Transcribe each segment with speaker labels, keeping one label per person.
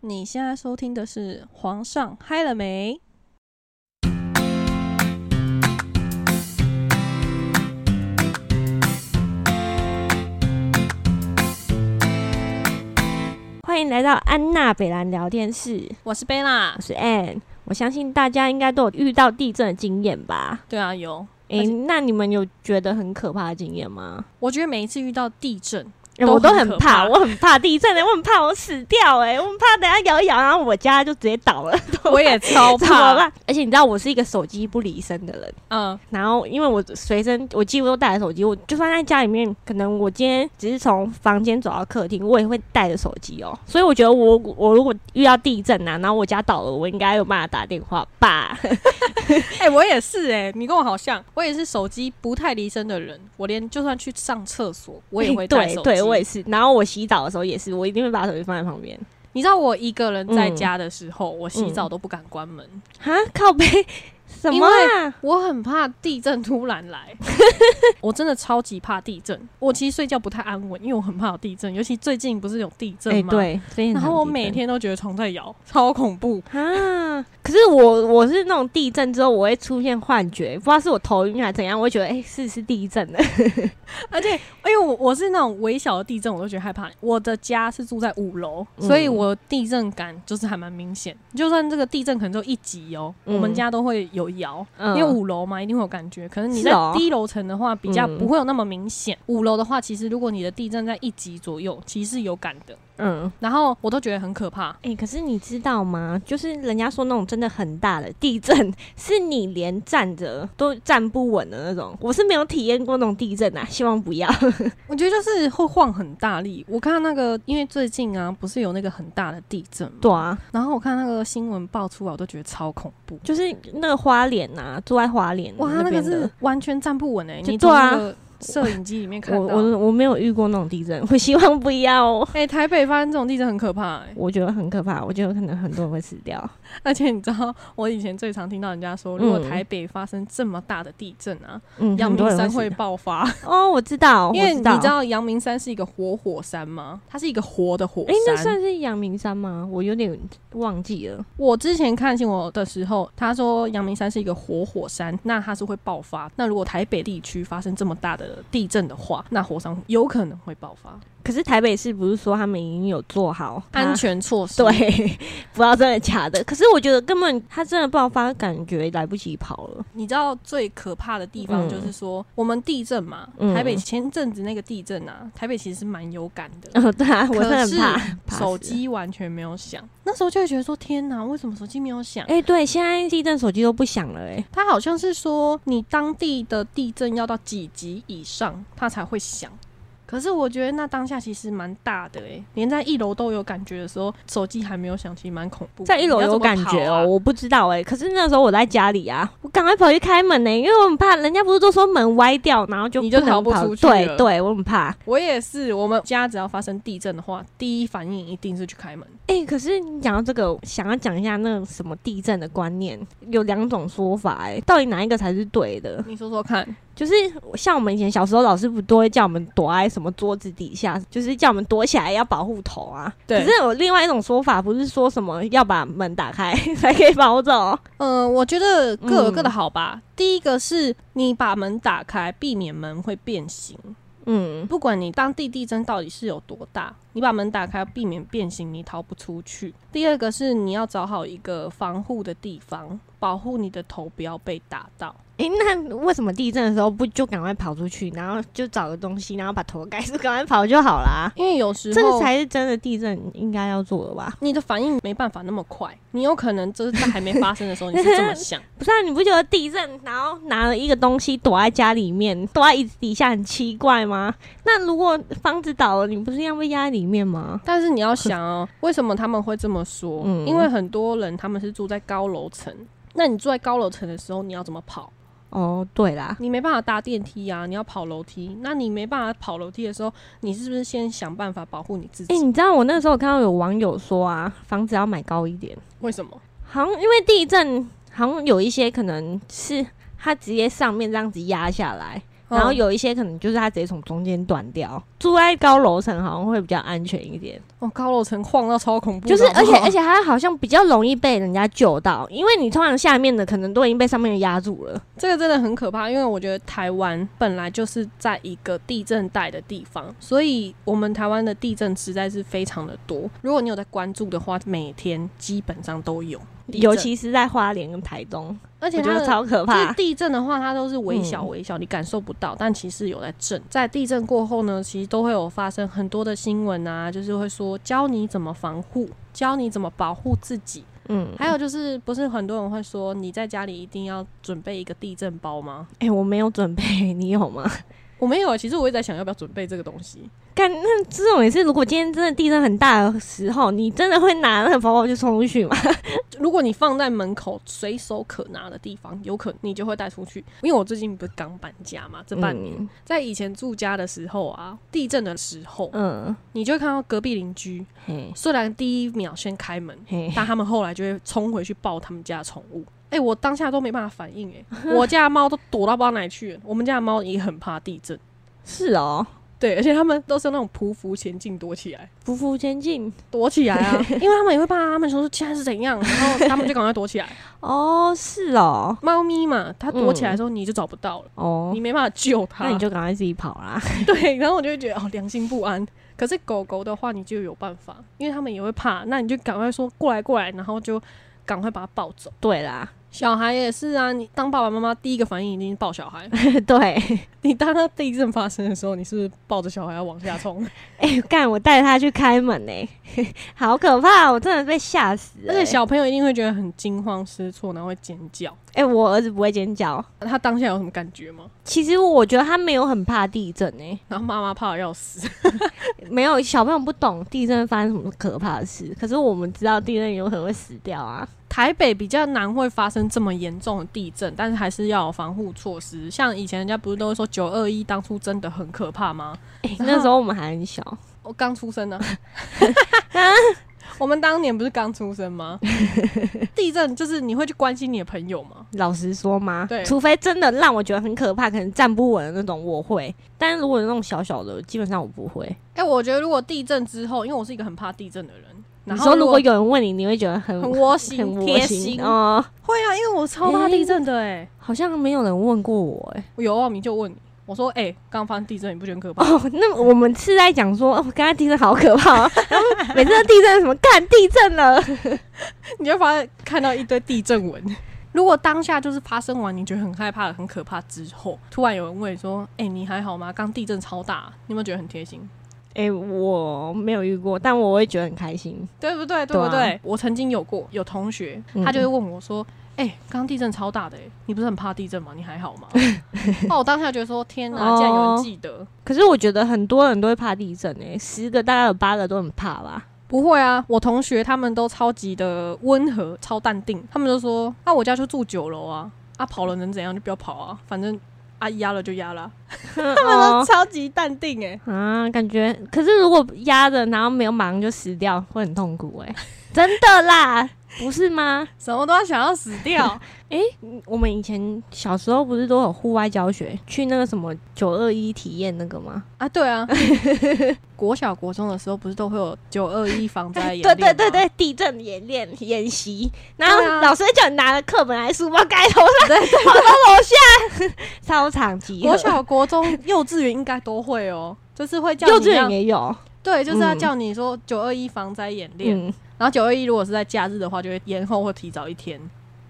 Speaker 1: 你现在收听的是《皇上嗨了没》。
Speaker 2: 欢迎来到安娜北兰聊天室，
Speaker 1: 我是贝拉
Speaker 2: 我，是 Ann。我相信大家应该都有遇到地震的经验吧？
Speaker 1: 对啊，有。
Speaker 2: 诶、
Speaker 1: 而且
Speaker 2: 那你们有觉得很可怕的经验吗？
Speaker 1: 我觉得每一次遇到地 震，
Speaker 2: 诶
Speaker 1: 都
Speaker 2: 我都
Speaker 1: 很
Speaker 2: 很
Speaker 1: 可
Speaker 2: 怕，
Speaker 1: 怕
Speaker 2: 我很怕地震的，我很怕我死掉、诶，我很怕等下摇一摇，然后我家就直接倒了，
Speaker 1: 我也超
Speaker 2: 怎么
Speaker 1: 怕。
Speaker 2: 办？而且你知道我是一个手机不离身的人，
Speaker 1: 嗯，
Speaker 2: 然后因为我随身我几乎都带着手机，我就算在家里面，可能我今天只是从房间走到客厅，我也会带着手机哦。所以我觉得我我如果遇到地震啊，然后我家倒了，我应该有办法打电话吧？
Speaker 1: 哎、我也是哎、你跟我好像，我也是手机不太离身的人，我连就算去上厕所，哎我也会带
Speaker 2: 对
Speaker 1: 手机。
Speaker 2: 对，我也是。然后我洗澡的时候也是，我一定会把手机放在旁边。
Speaker 1: 你知道我一个人在家的时候，我洗澡都不敢关门，
Speaker 2: 哈，靠背什么啊？
Speaker 1: 我很怕地震突然 来，我真的超级怕地震。我其实睡觉不太安稳，因为我很怕有地震，尤其最近不是有地震
Speaker 2: 哎、
Speaker 1: 吗？。
Speaker 2: 对，所以
Speaker 1: 啊
Speaker 2: 很
Speaker 1: 然后
Speaker 2: 常
Speaker 1: 我
Speaker 2: 地
Speaker 1: 每
Speaker 2: 震
Speaker 1: 天都觉得床在摇，超恐怖。
Speaker 2: 啊！可是我我是那种地震之后，我会出现幻觉，不知道是我头晕还是怎样，我会觉得哎、是是地震的。
Speaker 1: 而且，因为我我是那种微小的地震我都觉得害怕。我的家是住在五楼，所以
Speaker 2: 嗯
Speaker 1: 我地震感就是还蛮明显。就算这个地震可能就一级哦，我们
Speaker 2: 嗯
Speaker 1: 家都会有摇，
Speaker 2: 嗯
Speaker 1: 因为五楼嘛一定会有感觉。可能你
Speaker 2: 是
Speaker 1: 在
Speaker 2: 哦
Speaker 1: 低楼层的话比较
Speaker 2: 嗯
Speaker 1: 不会有那么明显。五楼的话，其实如果你的地震在一级左右，其实是有感的。
Speaker 2: 嗯，
Speaker 1: 然后我都觉得很可怕，
Speaker 2: 哎、可是你知道吗？就是人家说那种真的很大的地震，是你连站着都站不稳的那种。我是没有体验过那种地震啊，希望不要。
Speaker 1: 我觉得就是会晃很大力。我看那个，因为最近啊，不是有那个很大的地震嘛，
Speaker 2: 对啊，
Speaker 1: 然后我看那个新闻爆出来，我都觉得超恐怖。
Speaker 2: 就是那个花莲啊，住在花莲
Speaker 1: 哇，那
Speaker 2: 嗯边
Speaker 1: 个
Speaker 2: 的
Speaker 1: 是完全站不稳哎、
Speaker 2: 就
Speaker 1: 你从
Speaker 2: 对啊
Speaker 1: 那个摄影机里面看
Speaker 2: 我
Speaker 1: 到，
Speaker 2: 我我没有遇过那种地震，我希望不要。
Speaker 1: 哎、台北发生这种地震很可怕哎、
Speaker 2: 我觉得很可怕，我觉得可能很多人会死掉。
Speaker 1: 而且你知道，我以前最常听到人家说，如果
Speaker 2: 嗯
Speaker 1: 台北发生这么大的地震啊，
Speaker 2: 嗯，
Speaker 1: 阳、
Speaker 2: 很多
Speaker 1: 明
Speaker 2: 人
Speaker 1: 山
Speaker 2: 死
Speaker 1: 会
Speaker 2: 掉
Speaker 1: 爆发，
Speaker 2: 哦，我知道，
Speaker 1: 因为你
Speaker 2: 我
Speaker 1: 知道阳明山是一个活火山吗？它是一个活的火
Speaker 2: 哎、那
Speaker 1: 山。
Speaker 2: 算是阳明山吗？我有点忘记了。
Speaker 1: 我之前看新闻的时候，他说阳明山是一个活火山，那它是会爆发。那如果台北地区发生这么大的地震的话，那火山有可能会爆发。
Speaker 2: 可是台北市不是说他们已经有做好
Speaker 1: 安
Speaker 2: 全？
Speaker 1: 全措施，
Speaker 2: 对，不知道真的假的。可是我觉得根本他真的爆发，感觉来不及跑了。
Speaker 1: 你知道最可怕的地方就是说，我们地震嘛，
Speaker 2: 嗯
Speaker 1: 台北前阵子那个地震啊，台北其实是蛮有感的。
Speaker 2: 嗯，对啊，我真的
Speaker 1: 可
Speaker 2: 很
Speaker 1: 是
Speaker 2: 怕怕死
Speaker 1: 手。机完全没有响，那时候就会觉得说：天哪，为什么手机没有响？
Speaker 2: 哎、对，现在地震手机都不响了、哎，
Speaker 1: 它好像是说你当地的地震要到几级以上，它才会响。可是我觉得那当下其实蛮大的诶、欸连在一楼都有感觉的时候，手机还没有响，其实蛮恐怖的。
Speaker 2: 在一楼
Speaker 1: 你要
Speaker 2: 有
Speaker 1: 怎么
Speaker 2: 感
Speaker 1: 跑
Speaker 2: 觉哦、
Speaker 1: 啊
Speaker 2: 我不知道哎、可是那时候我在家里啊，我赶快跑去开门呢、因为我很怕，人家不是都说门歪掉，然后就
Speaker 1: 你就
Speaker 2: 能
Speaker 1: 逃不
Speaker 2: 跑
Speaker 1: 出去
Speaker 2: 对
Speaker 1: 了
Speaker 2: 对，我很怕。
Speaker 1: 我也是，我们家只要发生地震的话，第一反应一定是去开门。
Speaker 2: 哎、可是你讲到这个，想要讲一下那个什么地震的观念，有两种说法、哎，到底哪一个才是对的？
Speaker 1: 你说说看，
Speaker 2: 就是像我们以前小时候，老师不都会叫我们躲在什么桌子底下，就是叫我们躲起来要保护头啊。
Speaker 1: 对
Speaker 2: 可是有另外一种说法，不是说什么要把门打开才可以保走。
Speaker 1: 嗯，我觉得各有
Speaker 2: 嗯
Speaker 1: 各的好吧。第一个是你把门打开，避免门会变形。
Speaker 2: 嗯，
Speaker 1: 不管你当地地震到底是有多大，你把门打开，避免变形，你逃不出去。第二个是你要找好一个防护的地方，保护你的头不要被打到。
Speaker 2: 诶、那为什么地震的时候不就赶快跑出去，然后就找个东西，然后把头盖住，赶快跑就好啦？
Speaker 1: 因为有时
Speaker 2: 这个
Speaker 1: 候
Speaker 2: 才是真的地震应该要做的吧？
Speaker 1: 你的反应没办法那么快，你有可能就是在还没发生的时候你是这么想。
Speaker 2: 不是啊，你不觉得地震，然后拿了一个东西躲在家里面，躲在椅子底下很奇怪吗？那如果房子倒了，你不是一样被压在里面吗？
Speaker 1: 但是你要想哦， 为什么他们会这么说？
Speaker 2: 嗯
Speaker 1: 因为很多人他们是住在高楼层，那你住在高楼层的时候，你要怎么跑？
Speaker 2: 哦，对啦，
Speaker 1: 你没办法搭电梯啊，你要跑楼梯。那你没办法跑楼梯的时候，你是不是先想办法保护你自己？
Speaker 2: 哎、你知道我那时候看到有网友说啊，房子要买高一点，
Speaker 1: 为什么？
Speaker 2: 好像因为地震，好像有一些可能是哦
Speaker 1: 嗯
Speaker 2: 它直接上面这样子压下来，然后有一些可能就是它直接从中间断掉，住在高楼层好像会比较安全一点。
Speaker 1: 哦，高楼层晃到超恐怖的，
Speaker 2: 就是，而且而
Speaker 1: 且
Speaker 2: 且它好像比较容易被人家救到，因为你通常下面的可能都已经被上面的压住了。
Speaker 1: 这个真的很可怕，因为我觉得台湾本来就是在一个地震带的地方，所以我们台湾的地震实在是非常的多。如果你有在关注的话，每天基本上都有地震，
Speaker 2: 尤其是在花莲跟台东，
Speaker 1: 而且
Speaker 2: 我觉
Speaker 1: 它
Speaker 2: 得
Speaker 1: 的
Speaker 2: 超可
Speaker 1: 就是
Speaker 2: 怕。嗯
Speaker 1: 地震的话，它都是微小微小，你感受不到，但其实有在震。在地震过后呢，其实都会有发生很多的新闻啊，就是会说教你怎么防护，教你怎么保护自己。
Speaker 2: 嗯，
Speaker 1: 还有就是，不是很多人会说你在家里一定要准备一个地震包吗？
Speaker 2: 哎、我没有准备， 你有吗？
Speaker 1: 我没有，其实我也在想要不要准备这个东西。
Speaker 2: 干，那这种也是，如果今天真的地震很大的时候，你真的会拿那个包包就冲出去吗？
Speaker 1: 如果你放在门口随手可拿的地方，有可能你就会带出去。因为我最近不是刚搬家嘛，这 半年、
Speaker 2: 嗯
Speaker 1: 在以前住家的时候啊，地震的时候，
Speaker 2: 嗯，
Speaker 1: 你就会看到隔壁邻居
Speaker 2: 嘿，
Speaker 1: 虽然第一秒先开门，
Speaker 2: 嘿，
Speaker 1: 但他们后来就会冲回去抱他们家的宠物。哎、我当下都没办法反应、哎， 我家的猫都躲到不知道哪里去了。我们家的猫也很怕地震，
Speaker 2: 是哦，
Speaker 1: 对，而且他们都是那种匍匐前进躲起来，
Speaker 2: 匍匐前进。
Speaker 1: 躲起来啊， 因为他们也会怕，他们说现在是怎样，然后他们就赶快躲起来。
Speaker 2: 哦，是哦，
Speaker 1: 猫咪嘛，它躲起来的时候你就找不 到了，
Speaker 2: 哦
Speaker 1: 你，没办法救它，
Speaker 2: 那你就赶快自己跑啦。
Speaker 1: 对，然后我就会觉得哦，良心不安。可是狗狗的话，你就有办法，因为它们也会怕，那你就赶快说过来过来，然后就赶快把它抱走。
Speaker 2: 对啦，
Speaker 1: 小孩也是啊，你当爸爸妈妈第一个反应一定是抱小孩。
Speaker 2: 对，
Speaker 1: 你当他地震发生的时候，你是不是抱着小孩要往下冲？
Speaker 2: 哎、干，我带他去开门呢、 好可怕，我真的被吓死了、
Speaker 1: 而且小朋友一定会觉得很惊慌失措，然后会尖叫。
Speaker 2: 哎、我儿子不会尖叫。
Speaker 1: 他当下有什么感觉吗？
Speaker 2: 其实我觉得他没有很怕地震诶、
Speaker 1: 然后妈妈怕的要死，
Speaker 2: 没有小朋友不懂地震发生什么可怕的事，可是我们知道地震有可能会死掉啊。
Speaker 1: 台北比较难会发生这么严重的地震，但是还是要有防护措施。像以前人家不是都会说九二一当初真的很可怕吗？
Speaker 2: 哎、
Speaker 1: 然后
Speaker 2: 那时候我们还很小，
Speaker 1: 我哦刚出生 呢、啊我们当年不是刚出生 吗？地震就是你会去关心你的朋友吗？
Speaker 2: 老实说嘛
Speaker 1: 对，
Speaker 2: 除非真的让我觉得很可怕，可能站不稳的那种，我会。但如果那种小小的，基本上我不会。
Speaker 1: 哎、我觉得如果地震之后，因为我是一个很怕地震的人，
Speaker 2: 你
Speaker 1: 然
Speaker 2: 说
Speaker 1: 后
Speaker 2: 如果有人问你，你会觉得很
Speaker 1: 很窝心
Speaker 2: 很、窝
Speaker 1: 贴
Speaker 2: 心
Speaker 1: 心，
Speaker 2: 哦。
Speaker 1: 会啊，因为我超怕地震的哎、
Speaker 2: 好像没有人问过我哎、
Speaker 1: 我有啊，你就问你，我说哎，刚、发生地震，你不觉得很可怕？
Speaker 2: 哦，那我们是在讲说，哦，刚才地震好可怕、哦， 然后每次都地震什么干地震了，
Speaker 1: 你就发现看到一堆地震文。如果当下就是发生完，你觉得很害怕、很可怕之后，突然有人问你说：“哎、你还好吗？刚地震超大，你有没有觉得很贴心？
Speaker 2: 哎、我没有遇过，但我会觉得很开心。
Speaker 1: 对不对？对
Speaker 2: 对啊
Speaker 1: 不对？”我曾经有过有同学，
Speaker 2: 嗯
Speaker 1: 他就会问我说：“哎、刚地震超大的、欸，你不是很怕地震吗？你还好吗？” 哦，我当下觉得说：“天哪，
Speaker 2: 哦
Speaker 1: 竟然有人记得！”
Speaker 2: 可是我觉得很多人都会怕地震哎、十个大概有八个都很怕吧。
Speaker 1: 不会啊，我同学他们都超级的温和、超淡定，他们就说：“啊，我家就住九楼啊，啊跑了能怎样？就不要跑啊，反正啊压了就压了啊。”
Speaker 2: 他
Speaker 1: 他们都超级淡定哎、
Speaker 2: 啊，感觉可是如果压着，然后没有马上就死掉，会很痛苦哎、 真的啦，不是吗？
Speaker 1: 什么都要想要死掉。
Speaker 2: 嗯我们以前小时候不是都有户外教学，去那个什么九二一体验那个吗？
Speaker 1: 啊，对 啊，国小国中的时候不是都会有九二一防灾演
Speaker 2: 对
Speaker 1: 练
Speaker 2: 哎对
Speaker 1: 吗
Speaker 2: 对对，地震演练演习，然
Speaker 1: 对啊
Speaker 2: 后老师叫你拿着课本来书包盖头上，跑到楼下， 操场集合
Speaker 1: 国。小国中 幼稚园应该都会哦，就是会叫你
Speaker 2: 幼稚园
Speaker 1: 要
Speaker 2: 也有，
Speaker 1: 对，就是要
Speaker 2: 嗯
Speaker 1: 叫你说九二一防灾演练，
Speaker 2: 嗯
Speaker 1: 然后九二一如果是在假日的话，就会延后或提早一天，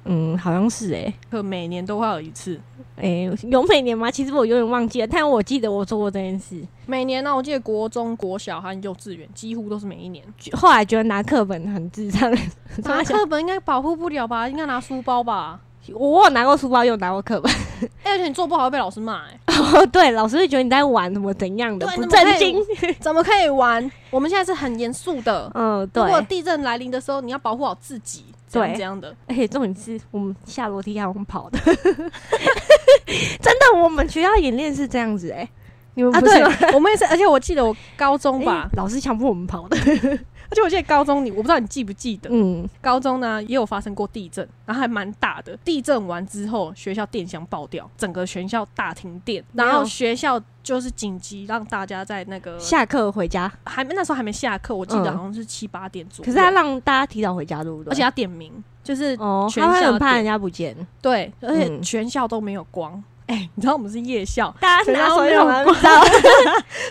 Speaker 2: 嗯，好像是哎、
Speaker 1: 可每年都会有一次。
Speaker 2: 欸、哎、有每年吗？其实我有点忘记了，但我记得我做过这件事。
Speaker 1: 每年啊呢、我记得国中、国小和幼稚园几乎都是每一年。
Speaker 2: 后来觉得拿课本很智障，
Speaker 1: 拿课本应该保护不了吧？应该拿书包吧？
Speaker 2: 我有拿过书包，也有拿过课本。
Speaker 1: 哎而且你做不好会被老师骂、哎
Speaker 2: 哦，对，老师会觉得你在玩什么怎样的，
Speaker 1: 对
Speaker 2: 不
Speaker 1: 怎么可
Speaker 2: 正
Speaker 1: 以
Speaker 2: 经。
Speaker 1: 怎么可以玩？我们现在是很严肃的。
Speaker 2: 嗯，对
Speaker 1: 如。果地震来临的时候，你要保护好自己，这样
Speaker 2: 对
Speaker 1: 这样的。
Speaker 2: 而且重点是我们下楼梯还用跑的， 真的，我们学校演练是这样子哎、你们
Speaker 1: 啊，
Speaker 2: 不是吗？
Speaker 1: 对，我们也是，而且我记得我高中
Speaker 2: 哎
Speaker 1: 吧，
Speaker 2: 老师强迫我们跑的，
Speaker 1: 而且我记得高中你，我不知道你记不记得，
Speaker 2: 嗯，
Speaker 1: 高中呢也有发生过地震，然后还蛮大的。地震完之后，学校电箱爆掉，整个全校大停电，
Speaker 2: 没有
Speaker 1: 然后学校就是紧急让大家在那个
Speaker 2: 下课回家，
Speaker 1: 还没那时候还没下课，我记得
Speaker 2: 嗯
Speaker 1: 好像是七八点左右。
Speaker 2: 可是他让大家提早回家，对不对？
Speaker 1: 而且要点名，就是
Speaker 2: 哦，
Speaker 1: 全
Speaker 2: 他会
Speaker 1: 校
Speaker 2: 很怕
Speaker 1: 点
Speaker 2: 人家不见，
Speaker 1: 对，而且
Speaker 2: 嗯
Speaker 1: 全校都没有光。哎、你知道我们是夜校，
Speaker 2: 大
Speaker 1: 家拿
Speaker 2: 拿
Speaker 1: 手
Speaker 2: 手
Speaker 1: 电
Speaker 2: 电
Speaker 1: 筒
Speaker 2: 筒
Speaker 1: 来
Speaker 2: 不知道，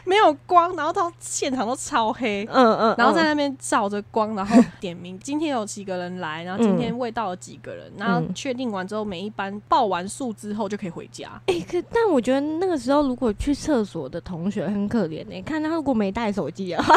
Speaker 1: 没有光，然后到现场都超黑。
Speaker 2: 嗯嗯，
Speaker 1: 然后在那边照着光， 然后点名，今天有几个人来，然后今
Speaker 2: 嗯
Speaker 1: 天喂到了几个人，然后确定完之后，每一班报完数之后就可以回 家。
Speaker 2: 哎、可但我觉得那个时候如果去厕所的同学很可怜哎、看他如果没带手机的 话，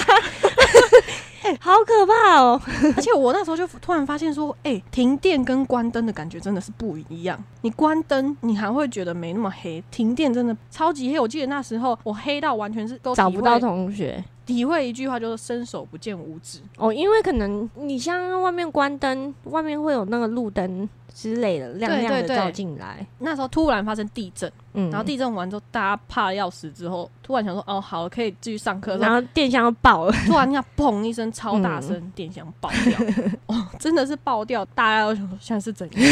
Speaker 2: 哎、好可怕哦、
Speaker 1: 而且我那时候就突然发现说，哎、停电跟关灯的感觉真的是不一样。你关灯，你还会觉得没那么黑；停电真的超级黑。我记得那时候我黑到完全是都体
Speaker 2: 找不到
Speaker 1: 会
Speaker 2: 同学
Speaker 1: 体会一句话，就是伸手不见五指。
Speaker 2: 哦，因为可能你像外面关灯，外面会有那个路灯之类的亮
Speaker 1: 对
Speaker 2: 亮的
Speaker 1: 对对
Speaker 2: 照进来，
Speaker 1: 那时候突然发生地震，
Speaker 2: 嗯，
Speaker 1: 然后地震完之后，大家怕的要死，之后突然想说，哦，好了，可以继续上课。
Speaker 2: 然后电箱要爆了，
Speaker 1: 突然一下，砰一声，超大声，
Speaker 2: 嗯
Speaker 1: 电箱爆 掉，哦，真的是爆掉，大家都想说现在是怎 样，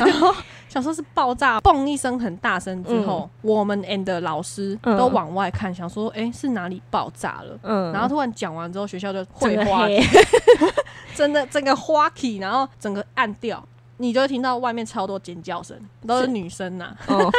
Speaker 1: 然后想说是爆炸，嘣一声很大声之后，我们 and 老师
Speaker 2: 嗯
Speaker 1: 都往外看，想说，哎、是哪里爆炸了？
Speaker 2: 嗯，
Speaker 1: 然后突然讲完之后，学校就会
Speaker 2: 整个
Speaker 1: 花，
Speaker 2: 黑，
Speaker 1: 真的整个花起，然后整个暗掉，你就会听到外面超多尖叫声，都是
Speaker 2: 是
Speaker 1: 女生啊呐、
Speaker 2: 哦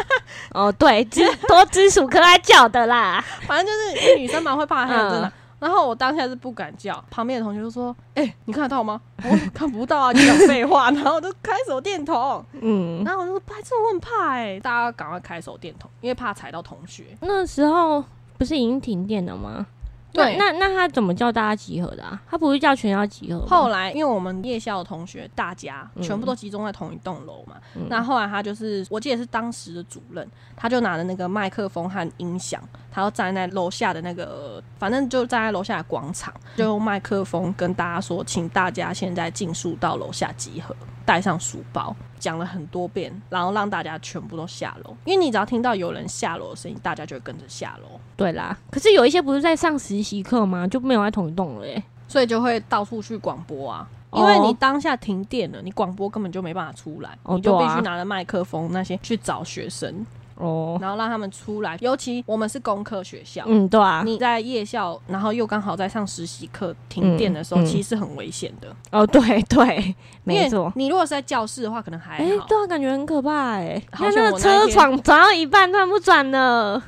Speaker 2: 哦，对，知多知属可爱叫的啦，
Speaker 1: 反正就是因为女生嘛会怕黑暗真的。然后我当下是不敢叫，旁边的同学就说：“哎、你看得到吗？”我说看不到啊，你讲废话。然后我就开手电筒，
Speaker 2: 嗯。
Speaker 1: 然后我就说：“白痴，我很怕哎、大家赶快开手电筒，因为怕踩到同学。
Speaker 2: 那时候不是已经停电了吗？
Speaker 1: 对
Speaker 2: 那那那他怎么叫大家集合的、啊？他不是叫全校集合吗？
Speaker 1: 后来，因为我们夜校的同学大家
Speaker 2: 嗯
Speaker 1: 全部都集中在同一栋楼嘛，
Speaker 2: 嗯
Speaker 1: 那后来他就是，我记得是当时的主任，他就拿着那个麦克风和音响，他要站在楼下的那个，反正就站在楼下的广场，就用麦克风跟大家说，请大家现在尽速到楼下集合，带上书包，讲了很多遍，然后让大家全部都下楼，因为你只要听到有人下楼的声音，大家就会跟着下楼，
Speaker 2: 对啦，可是有一些不是在上实习课吗？就没有在同一栋了耶、
Speaker 1: 所以就会到处去广播啊。
Speaker 2: 哦
Speaker 1: 因为你当下停电了，你广播根本就没办法出来，
Speaker 2: 哦
Speaker 1: 你就必
Speaker 2: 对
Speaker 1: 须
Speaker 2: 啊
Speaker 1: 拿着麦克风那些去找学生。
Speaker 2: 哦，
Speaker 1: 然后让他们出来。尤其我们是工科学校，
Speaker 2: 嗯，对啊，
Speaker 1: 你在夜校，然后又刚好在上实习课，停电的时候，
Speaker 2: 嗯嗯
Speaker 1: 其实是很危险的。
Speaker 2: 哦，对对，没
Speaker 1: 因为
Speaker 2: 错。
Speaker 1: 你如果是在教室的话，可能还
Speaker 2: 哎、
Speaker 1: 好，
Speaker 2: 对啊，感觉很可怕哎、
Speaker 1: 好
Speaker 2: 看
Speaker 1: 像
Speaker 2: 那
Speaker 1: 我
Speaker 2: 个
Speaker 1: 那一
Speaker 2: 车
Speaker 1: 天
Speaker 2: 闯转到一半，突然不转了。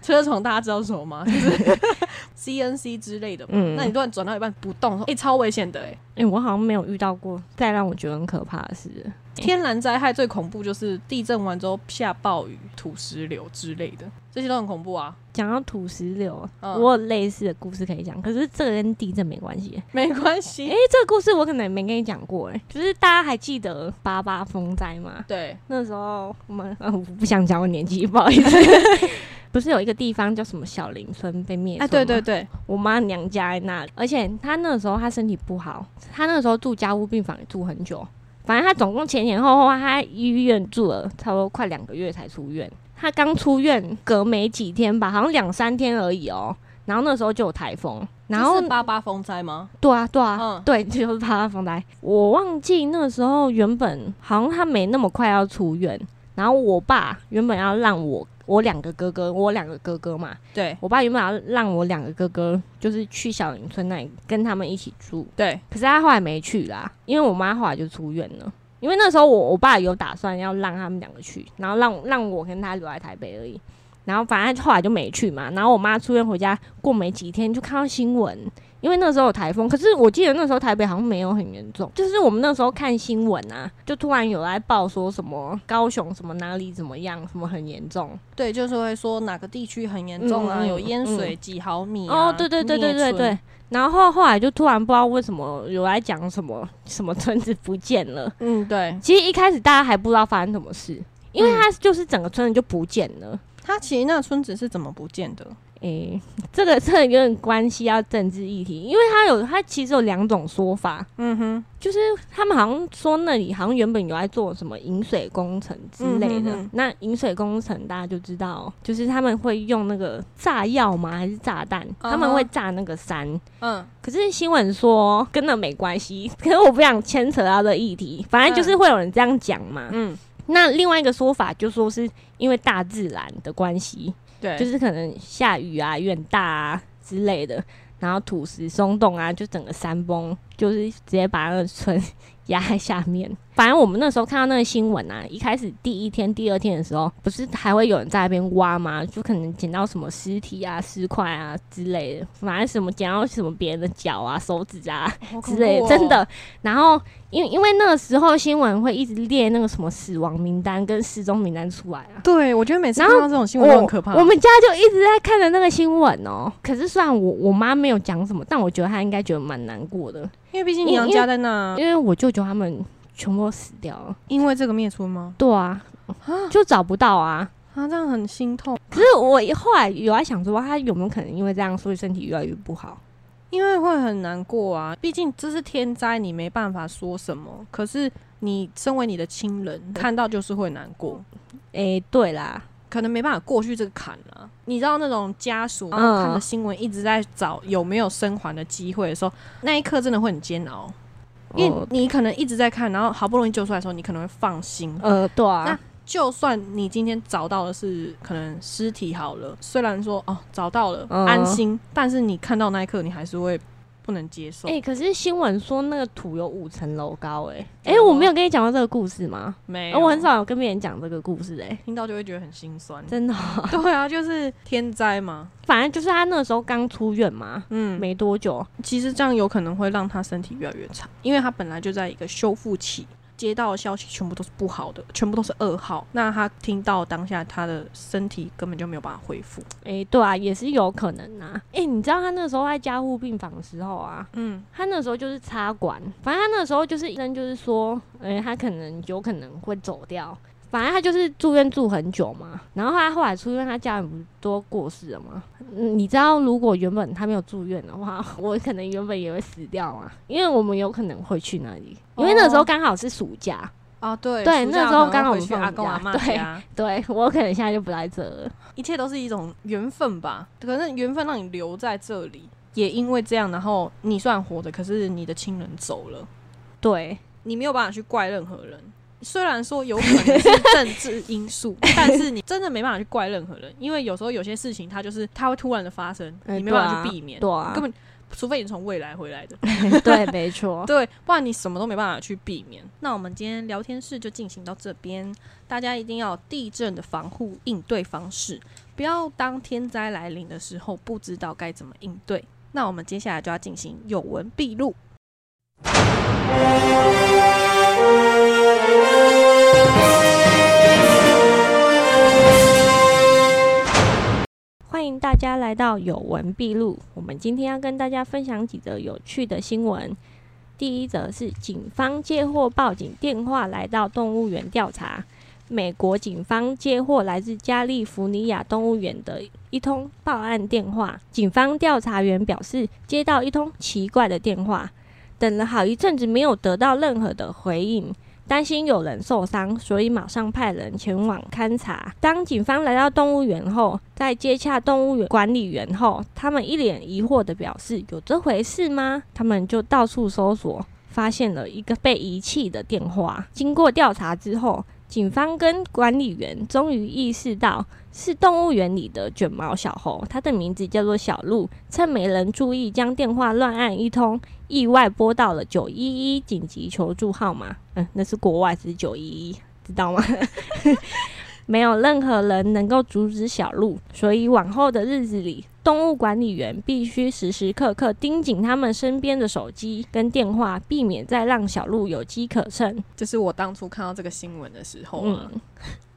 Speaker 1: 车床大家知道是什么吗？就是 CNC 之类的嘛。
Speaker 2: 嗯
Speaker 1: 那你突然转到一半不动，哎、超危险的哎、
Speaker 2: 哎、我好像没有遇到过再让我觉得很可怕的事。
Speaker 1: 天然灾害最恐怖就是地震完之后下暴雨、土石流之类的，这些都很恐怖啊。
Speaker 2: 讲到土石流，
Speaker 1: 嗯
Speaker 2: 我有类似的故事可以讲，可是这个跟地震没关系。
Speaker 1: 没关系，
Speaker 2: 哎、这个故事我可能没跟你讲过、哎，就是大家还记得八八风灾吗？
Speaker 1: 对，
Speaker 2: 那时候我们， 呃，我不想讲我年纪， 不好意思。不是有一个地方叫什么小林村被灭？
Speaker 1: 哎、对对，对，
Speaker 2: 我妈娘家在那里，而且她那时候她身体不好，她那时候住家务病房也住很久，反正她总共前前后后她在医院住了差不多快两个月才出院。她刚出院隔没几天吧，好像两三天而已哦。然后那时候就有台风，然后
Speaker 1: 这是八八风灾吗？
Speaker 2: 对啊，对啊，
Speaker 1: 嗯
Speaker 2: 对，就是怕他风灾。我忘记那个时候原本好像他没那么快要出院，然后我爸原本要让我我两个哥哥，我两个哥哥嘛，
Speaker 1: 对
Speaker 2: 我爸原本要让我两个哥哥就是去小林村那里跟他们一起住，
Speaker 1: 对，
Speaker 2: 可是他后来没去啦，因为我妈后来就出院了。因为那时候我我爸有打算要让他们两个去，然后让让我跟他留在台北而已。然后反正后来就没去嘛。然后我妈出院回家过没几天，就看到新闻，因为那时候有台风，可是我记得那时候台北好像没有很严重。就是我们那时候看新闻啊，就突然有来报说什么高雄什么哪里怎么样，什么很严重。
Speaker 1: 对，就是会说哪个地区很严重啊，
Speaker 2: 嗯嗯
Speaker 1: 有淹水几毫米、啊
Speaker 2: 哦，对对对
Speaker 1: 灭
Speaker 2: 对对
Speaker 1: 村
Speaker 2: 对。然后后来就突然不知道为什么有来讲什么什么村子不见了。
Speaker 1: 嗯，对，
Speaker 2: 其实一开始大家还不知道发生什
Speaker 1: 嗯
Speaker 2: 么事，因为它就是整个村子就不见了。
Speaker 1: 它其实那村子是怎么不见的？
Speaker 2: 诶、诶、这个这 个有点关系到政治议题，因为它有它其实有两种说法，
Speaker 1: 嗯哼，
Speaker 2: 就是他们好像说那里好像原本有在做什么引水工程之类
Speaker 1: 嗯哼
Speaker 2: 的。
Speaker 1: 哼
Speaker 2: 那引水工程大家就知道，就是他们会用那个炸药吗？还是炸弹？
Speaker 1: 嗯哼
Speaker 2: 他们会炸那个山。
Speaker 1: 嗯，
Speaker 2: 可是新闻说跟那没关系， 可是我不想牵扯到这议题。反正就是会有人这样讲嘛。
Speaker 1: 嗯，
Speaker 2: 那另外一个说法就说是因为大自然的关系，
Speaker 1: 对，
Speaker 2: 就是可能下雨啊、雨很大啊之类的，然后土石松动啊，就整个山崩，就是直接把那个村压在下面。 反正我们那时候看到那个新闻啊，一开始第一天、第二天的时候，不是还会有人在那边挖吗？就可能捡到什么尸体啊、尸块啊之类的，反正什么捡到什么别人的脚啊、手指啊，
Speaker 1: 好恐
Speaker 2: 之类
Speaker 1: 怖
Speaker 2: 的，
Speaker 1: 哦
Speaker 2: 真，的。然后因为因为那个时候新闻会一直列那个什么死亡名单跟失踪名单出来啊。
Speaker 1: 对我觉得每次
Speaker 2: 然
Speaker 1: 看
Speaker 2: 后
Speaker 1: 到这种新闻都很可怕。
Speaker 2: 我我们家就一直在看着那个新闻哦、可是虽然我我妈没有讲什么，但我觉得她应该觉得蛮难过的，
Speaker 1: 因为毕竟你娘家在那，
Speaker 2: 因为我舅舅他们全部都死掉了。
Speaker 1: 因为这个灭村吗？
Speaker 2: 对啊，就找不到啊。
Speaker 1: 啊，这样很心痛，
Speaker 2: 可是我后来有在想说，他有没有可能因为这样，所以身体越来越不好？
Speaker 1: 因为会很难过啊。毕竟这是天灾，你没办法说什么。可是你身为你的亲人，看到就是会难过。
Speaker 2: 诶、对啦，
Speaker 1: 可能没办法过去这个坎了、你知道那种家属，然
Speaker 2: 嗯
Speaker 1: 后看着新闻一直在找有没有生还的机会的时候，那一刻真的会很煎熬，因为
Speaker 2: 哦
Speaker 1: 你可能一直在看，然后好不容易救出来的时候，你可能会放心。
Speaker 2: 呃，对啊，
Speaker 1: 就算你今天找到的是可能尸体好了，虽然说哦找到了、
Speaker 2: 嗯
Speaker 1: 安心，但是你看到那一刻，你还是会不能接受。
Speaker 2: 诶、欸可是新闻说那个土有五层楼高、诶，诶、
Speaker 1: 哦
Speaker 2: 我没有跟你讲过这个故事吗？
Speaker 1: 没
Speaker 2: 哎、
Speaker 1: 有，
Speaker 2: 我很少有跟别人讲这个故事、诶，
Speaker 1: 听到就会觉得很心 酸。
Speaker 2: 真的哦、
Speaker 1: 对啊，就是天灾嘛，
Speaker 2: 反正就是他那时候刚出院嘛，
Speaker 1: 嗯，
Speaker 2: 没多久，
Speaker 1: 其实这样有可能会让他身体越来越差，因为他本来就在一个修复期，接到的消息全部都是不好的，全部都是噩耗。那他听到当下，他的身体根本就没有办法恢复。
Speaker 2: 诶、对啊，也是有可能啊。诶、你知道他那时候在加护病房的时候啊，
Speaker 1: 嗯，
Speaker 2: 他那时候就是插管，反正他那时候就是医生就是说，诶、他可能有可能会走掉。反正他就是住院住很久嘛，然后他后来出院，他家人不是都过世了吗？嗯你知道，如果原本他没有住院的话， 我可能原本也会死掉啊，因为我们有可能会去那里，因为那
Speaker 1: 哦
Speaker 2: 时候刚好是暑假，
Speaker 1: 啊，对
Speaker 2: 对
Speaker 1: 暑
Speaker 2: 那
Speaker 1: 假
Speaker 2: 时候
Speaker 1: 可能
Speaker 2: 刚好
Speaker 1: 回
Speaker 2: 我们
Speaker 1: 去阿
Speaker 2: 放
Speaker 1: 公阿
Speaker 2: 假
Speaker 1: 妈
Speaker 2: 对
Speaker 1: 家，
Speaker 2: 对我可能现在就不在这了。
Speaker 1: 一切都是一种缘分吧。可能缘分让你留在这里，也因为这样，然后你虽然活着，可是你的亲人走了，
Speaker 2: 对，
Speaker 1: 你没有办法去怪任何人。虽然说有可能是政治因 素，但是你真的没办法去怪任何人，因为有时候有些事情它就是它会突然的发生，
Speaker 2: 哎
Speaker 1: 你没办法去避免，
Speaker 2: 对啊
Speaker 1: 根，本除非你从未来回来的，
Speaker 2: 对，没错。
Speaker 1: 对，不然你什么都没办法去避免。那我们今天聊天室就进行到这边，大家一定要有地震的防护应对方式，不要当天灾来临的时候不知道该怎么应对。那我们接下来就要进行有闻必录。
Speaker 2: 欢迎大家来到有闻必录，我们今天要跟大家分享几则有趣的新闻。第一则是警方接获报警电话，来到动物园调查。美国警方接获来自加利福尼亚动物园的一通报案电话，警方调查员表示接到一通奇怪的电话，等了好一阵子没有得到任何的回应，担心有人受伤，所以马上派人前往勘查。当警方来到动物园后，在接洽动物园管理员后，他们一脸疑惑的表示：“有这回事吗？”他们就到处搜索，发现了一个被遗弃的电话。经过调查之后，警方跟管理员终于意识到是动物园里的卷毛小猴，它的名字叫做小鹿。趁没人注意，将电话乱按一通，意外拨到了九一一紧急求助号码，嗯，那是国外是九一一，知道吗？ 没有任何人能够阻止小鹿，所以往后的日子里，动物管理员必须时时刻刻盯紧他们身边的手机跟电话，避免再让小鹿有机可乘。
Speaker 1: 就是我当初看到这个新闻的时候啊，
Speaker 2: 嗯，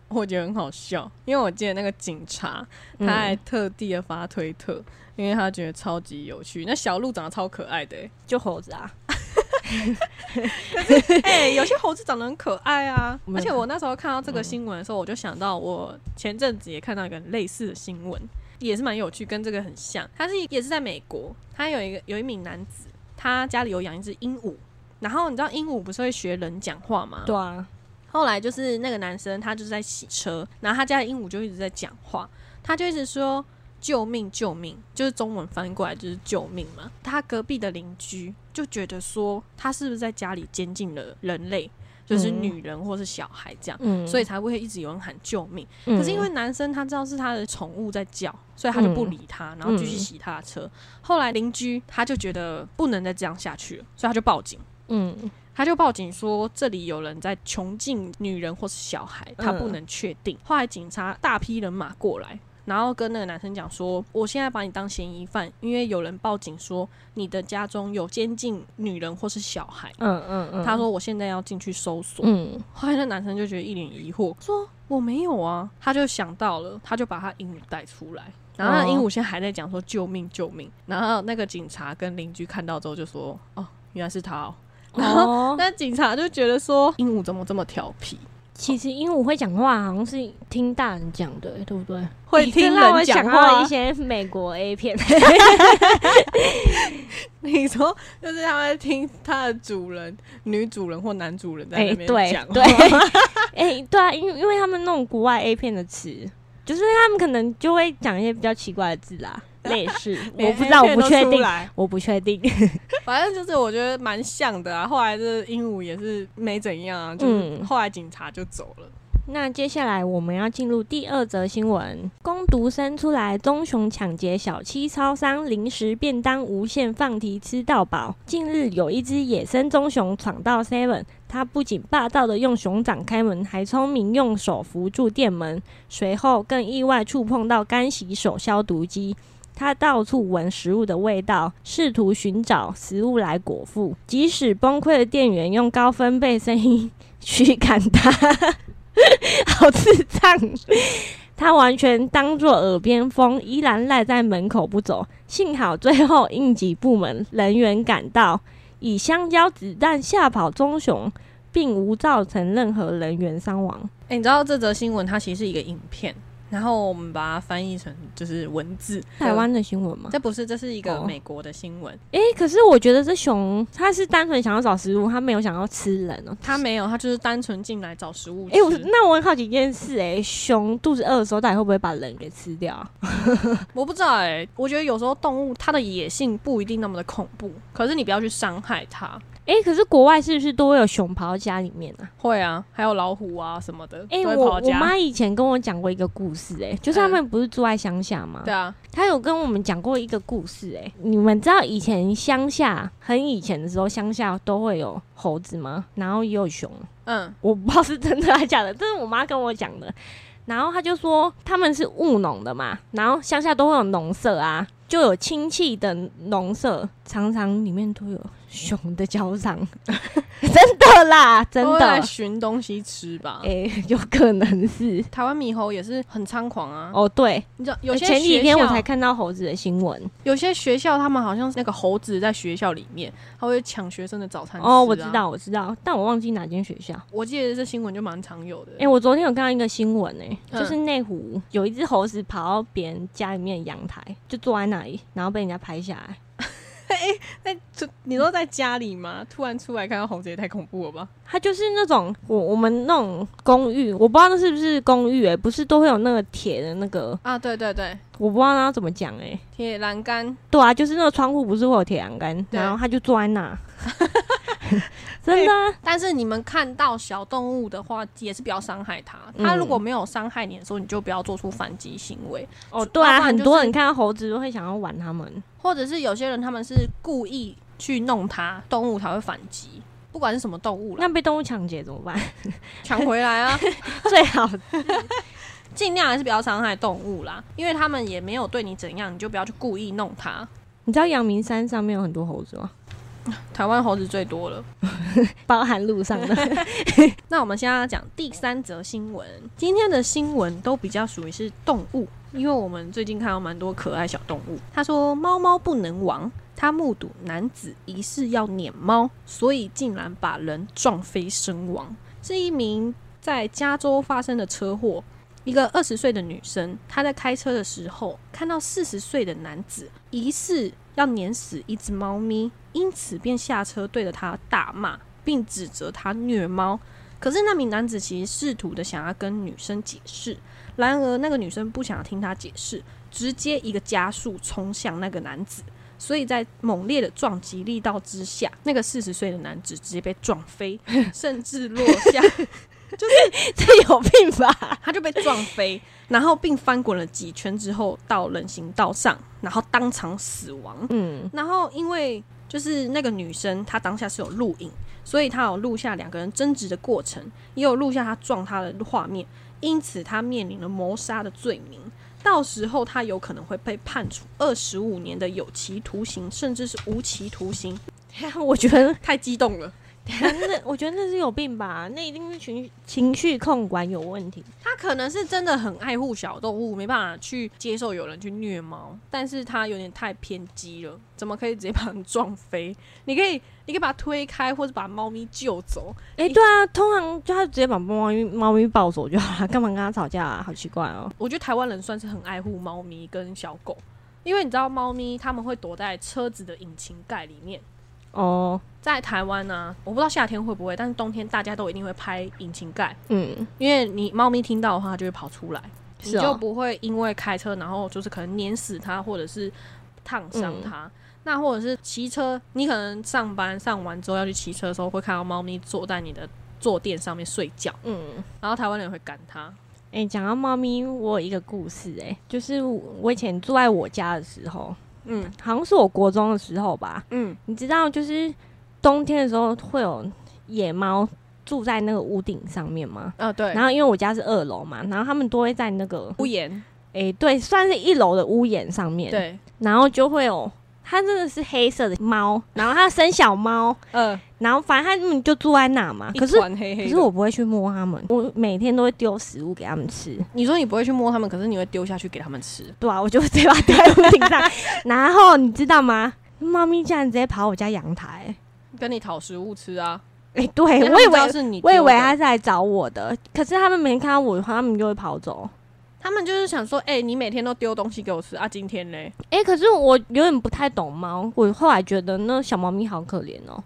Speaker 1: 我觉得很好笑，因为我记得那个警察他还
Speaker 2: 嗯
Speaker 1: 特地的发推特，因为他觉得超级有趣。那小鹿长得超可爱的、欸，
Speaker 2: 就猴子啊，
Speaker 1: 哎、有些猴子长得很可爱啊。
Speaker 2: 没有
Speaker 1: 而嗯且我那时候看到这个新闻的时候，我就想到我前阵子也看到一个类似的新闻，也是蛮有趣，跟这个很像。他是也是在美国，他有一个有一名男子，他家里有养一只鹦鹉，然后你知道鹦鹉不是会学人讲话吗？
Speaker 2: 对啊，
Speaker 1: 后来就是那个男生，他就是在洗车，然后他家的鹦鹉就一直在讲话，他就一直说“救命，救命”，就是中文翻过来就是“救命”嘛。他隔壁的邻居就觉得说，他是不是在家里监禁了人类，就是
Speaker 2: 嗯
Speaker 1: 女人或是小孩这样，
Speaker 2: 嗯，
Speaker 1: 所以才会一直有人喊救命。
Speaker 2: 可
Speaker 1: 可是因为男生他知道是他的宠物在叫，所以他就不理他，然后继
Speaker 2: 嗯
Speaker 1: 续洗他的车。后来邻居他就觉得不能再这样下去了，所以他就报警。
Speaker 2: 嗯
Speaker 1: 他就报警说这里有人在囚禁女人或是小孩，他
Speaker 2: 嗯
Speaker 1: 不能确定。后来警察大批人马过来，然后跟那个男生讲说：“我现在把你当嫌疑犯，因为有人报警说你的家中有监禁女人或是小孩。
Speaker 2: 嗯嗯嗯，
Speaker 1: 他说：“我现在要进去搜索。
Speaker 2: 嗯
Speaker 1: 后来那男生就觉得一脸疑惑，说：“我没有啊。”他就想到了，他就把他鹦鹉带出来。然后那
Speaker 2: 哦
Speaker 1: 鹦鹉现在还在讲说：“救命，救命！”然后那个警察跟邻居看到之后就说：“哦，原来是他哦。”然后
Speaker 2: 哦，
Speaker 1: 那警察就觉得说，鹦鹉怎么这么调皮，
Speaker 2: 其实鹦鹉会讲话，好像是听大人讲的，对不对？
Speaker 1: 会
Speaker 2: 你
Speaker 1: 听
Speaker 2: 这让我
Speaker 1: 人讲
Speaker 2: 想
Speaker 1: 话
Speaker 2: 到一。些美国 A 片，
Speaker 1: 你说，就是他们听他的主人、女主人或男主人在
Speaker 2: 哎、
Speaker 1: 那
Speaker 2: 对
Speaker 1: 边
Speaker 2: 对
Speaker 1: 讲话、，
Speaker 2: 哎、对啊，因为因为他们那种国外 A 片的词，就是他们可能就会讲一些比较奇怪的字 啦，类似，我不知道，我
Speaker 1: 连 A 片
Speaker 2: 不
Speaker 1: 都
Speaker 2: 确
Speaker 1: 出
Speaker 2: 定，
Speaker 1: 来
Speaker 2: 我不确定，
Speaker 1: 反正就是我觉得蛮像的啊。后来这鹦鹉也是没怎样啊，就是
Speaker 2: 嗯
Speaker 1: 后来警察就走了。
Speaker 2: 那接下来我们要进入第二则新闻：工读生出来，棕熊抢劫小七超商零食便当，无限放题吃到饱。近日有一只野生棕熊闯到 Seven，它不仅霸道的用熊掌开门，还聪明用手扶住店门，随后更意外触碰到干洗手消毒机。它到处闻食物的味道，试图寻找食物来果腹。即使崩溃的店员用高分贝声音 驱赶它， 好智障！他完全当作耳边风，依然赖在门口不走。幸好最后应急部门人员赶到，以香蕉子弹吓跑棕熊，并无造成任何人员伤亡。
Speaker 1: 哎、你知道这则新闻它其实是一个影片，然后我们把它翻译成就是文字。
Speaker 2: 台湾的新闻吗？
Speaker 1: 这不是，这是一个
Speaker 2: 哦
Speaker 1: 美国的新闻。
Speaker 2: 诶、可是我觉得这熊它是单纯想要找食物，它没有想要吃人哦、
Speaker 1: 他没有，他就是单纯进来找食物吃。
Speaker 2: 诶，我那我很好奇一件事、诶，熊肚子饿的时候，到底会不会把人给吃掉啊？
Speaker 1: 我不知道哎、我觉得有时候动物它的野性不一定那么的恐怖，可是你不要去伤害它。
Speaker 2: 诶，可是国外是不是都会有熊跑到家里面啊？
Speaker 1: 会啊，还有老虎啊什么的，
Speaker 2: 哎、
Speaker 1: 都会
Speaker 2: 我
Speaker 1: 跑到
Speaker 2: 我
Speaker 1: 家。嗯
Speaker 2: 妈以前跟我讲过一个故事、哎，就是他们不是住在乡下吗？
Speaker 1: 对啊，
Speaker 2: 她有跟我们讲过一个故事、哎，你们知道以前乡下很以前的时候，乡下都会有猴子吗？然后也有熊，
Speaker 1: 嗯，
Speaker 2: 我不知道是真的还是假的，这是我妈跟我讲的。然后她就说他们是务农的嘛，然后乡下都会有农舍啊，就有亲戚的农舍，常常里面都有熊的脚掌， 真的啦，真
Speaker 1: 都会
Speaker 2: 的
Speaker 1: 来，寻东西吃吧。
Speaker 2: 哎、有可能是。
Speaker 1: 台湾猕猴也是很猖狂啊，
Speaker 2: 哦，对，
Speaker 1: 你知道有些
Speaker 2: 前几
Speaker 1: 学
Speaker 2: 天我
Speaker 1: 校
Speaker 2: 才看到猴子的新闻。
Speaker 1: 有些学校他们好像是那个猴子在学校里面，他会抢学生的早餐、啊
Speaker 2: 哦，我知。道，我知道，但我忘记哪间学校。
Speaker 1: 我记得这新闻就蛮常有的。
Speaker 2: 哎、我昨天有看到一个新闻、欸，
Speaker 1: 嗯
Speaker 2: 就是内湖有一只猴子跑到别人家里面的阳台，就坐在那里，然后被人家拍下来。
Speaker 1: 那、就你都在家里吗？突然出来看到猴子也太恐怖了吧？
Speaker 2: 它就是那种我我们那种公寓，我不知道那是不是公寓、欸，不是都会有那个铁的那个，
Speaker 1: 啊，对对对，
Speaker 2: 我不知道它怎么讲、欸，哎，
Speaker 1: 铁栏杆，
Speaker 2: 对啊，就是那个窗户不是会有铁栏杆，
Speaker 1: 对
Speaker 2: 然后它就坐在 那， 真的啊、
Speaker 1: 但是你们看到小动物的话，也是不要伤害它。
Speaker 2: 嗯
Speaker 1: 它如果没有伤害你的时候，你就不要做出反击行为。
Speaker 2: 哦，对啊，
Speaker 1: 要不然
Speaker 2: 很
Speaker 1: 就是
Speaker 2: 多人看到猴子都会想要玩它们。
Speaker 1: 或者是有些人他们是故意去弄它，动物才会反击，不管是什么动物啦，
Speaker 2: 那被动物抢劫怎么办？
Speaker 1: 抢回来啊，
Speaker 2: 最好
Speaker 1: 尽量还是不要伤害动物啦，因为他们也没有对你怎样，你就不要去故意弄它。
Speaker 2: 你知道阳明山上面有很多猴子吗？
Speaker 1: 台湾猴子最多了。
Speaker 2: 包含路上 的。
Speaker 1: 那我们现在要讲第三则新闻。今天的新闻都比较属于是动物，因为我们最近看到蛮多可爱小动物。他说猫猫不能亡，他目睹男子疑似要撵猫，所以竟然把人撞飞身亡。是一名在加州发生的车祸，一个二十岁的女生，她在开车的时候看到四十岁的男子疑似要碾死一只猫咪，因此便下车对着他大骂，并指责他虐猫。可是那名男子其实试图的想要跟女生解释，然而那个女生不想听他解释，直接一个加速冲向那个男子。所以在猛烈的撞击力道之下，那个四十岁的男子直接被撞飞，甚至落下，
Speaker 2: 这有病吧？
Speaker 1: 他就被撞飞，然后并翻滚了几圈之后到人行道上，然后当场死亡。
Speaker 2: 嗯，
Speaker 1: 然后因为就是那个女生，她当下是有录影，所以她有录下两个人争执的过程，也有录下她撞他的画面，因此她面临了谋杀的罪名。到时候她有可能会被判处二十五年的有期徒刑，甚至是无期徒刑。
Speaker 2: 我觉得
Speaker 1: 太激动了，
Speaker 2: 那我觉得那是有病吧？那一定是情情绪控管有问题。
Speaker 1: 她可能是真的很爱护小动物，没办法去接受有人去虐猫，但是她有点太偏激了，怎么可以直接把人撞飞？你可以，你可以把它推开，或者把猫咪救走，
Speaker 2: 哎、对啊，通常就他直接把猫咪猫咪抱走就好了，干嘛跟他吵架啊？好奇怪哦。
Speaker 1: 我觉得台湾人算是很爱护猫咪跟小狗，因为你知道猫咪它们会躲在车子的引擎盖里面。
Speaker 2: 哦，
Speaker 1: 在台湾呢、我不知道夏天会不会，但是冬天大家都一定会拍引擎盖，
Speaker 2: 嗯，
Speaker 1: 因为你猫咪听到的话，它就会跑出来，你
Speaker 2: 是
Speaker 1: 就
Speaker 2: 哦，
Speaker 1: 不会因为开车然后就是可能碾死它，或者是烫伤
Speaker 2: 嗯
Speaker 1: 它。那或者是骑车，你可能上班上完之后要去骑车的时候，会看到猫咪坐在你的坐垫上面睡觉，
Speaker 2: 嗯。
Speaker 1: 然后台湾人会赶它。
Speaker 2: 哎、讲到猫咪，我有一个故事、欸，哎，就是我以前住在我家的时候，
Speaker 1: 嗯
Speaker 2: 好像是我国中的时候吧，
Speaker 1: 嗯，
Speaker 2: 你知道，就是冬天的时候会有野猫住在那个屋顶上面吗？
Speaker 1: 啊对，
Speaker 2: 然后因为我家是二楼嘛，然后他们都会在那个
Speaker 1: 屋檐，
Speaker 2: 哎、对，算是一楼的屋檐上面，，
Speaker 1: 对，
Speaker 2: 然后就会有它真的是黑色的猫，然后它生小猫，
Speaker 1: 嗯、
Speaker 2: 然后反正它们就住在那嘛，可是。
Speaker 1: 黑黑
Speaker 2: 可是我不会去摸它们，我每天都会丢食物给它们吃。
Speaker 1: 你说你不会去摸它们，可是你会丢下去给它们吃。
Speaker 2: 对啊，我就直接把它丢在屋顶上。 然后你知道吗？猫咪竟然直接跑我家阳台、
Speaker 1: 跟你讨食物吃啊！
Speaker 2: 哎、对我
Speaker 1: 因为
Speaker 2: 以
Speaker 1: 他们知道
Speaker 2: 为
Speaker 1: 是你丢
Speaker 2: 我
Speaker 1: 的，
Speaker 2: 以为它是来找我的，可是他们没看到我的话，他们就会跑走。
Speaker 1: 他们就是想说，哎、你每天都丢东西给我吃啊，今天嘞，
Speaker 2: 哎、可是我有点不太懂猫，我后来觉得那小猫咪好可怜哦。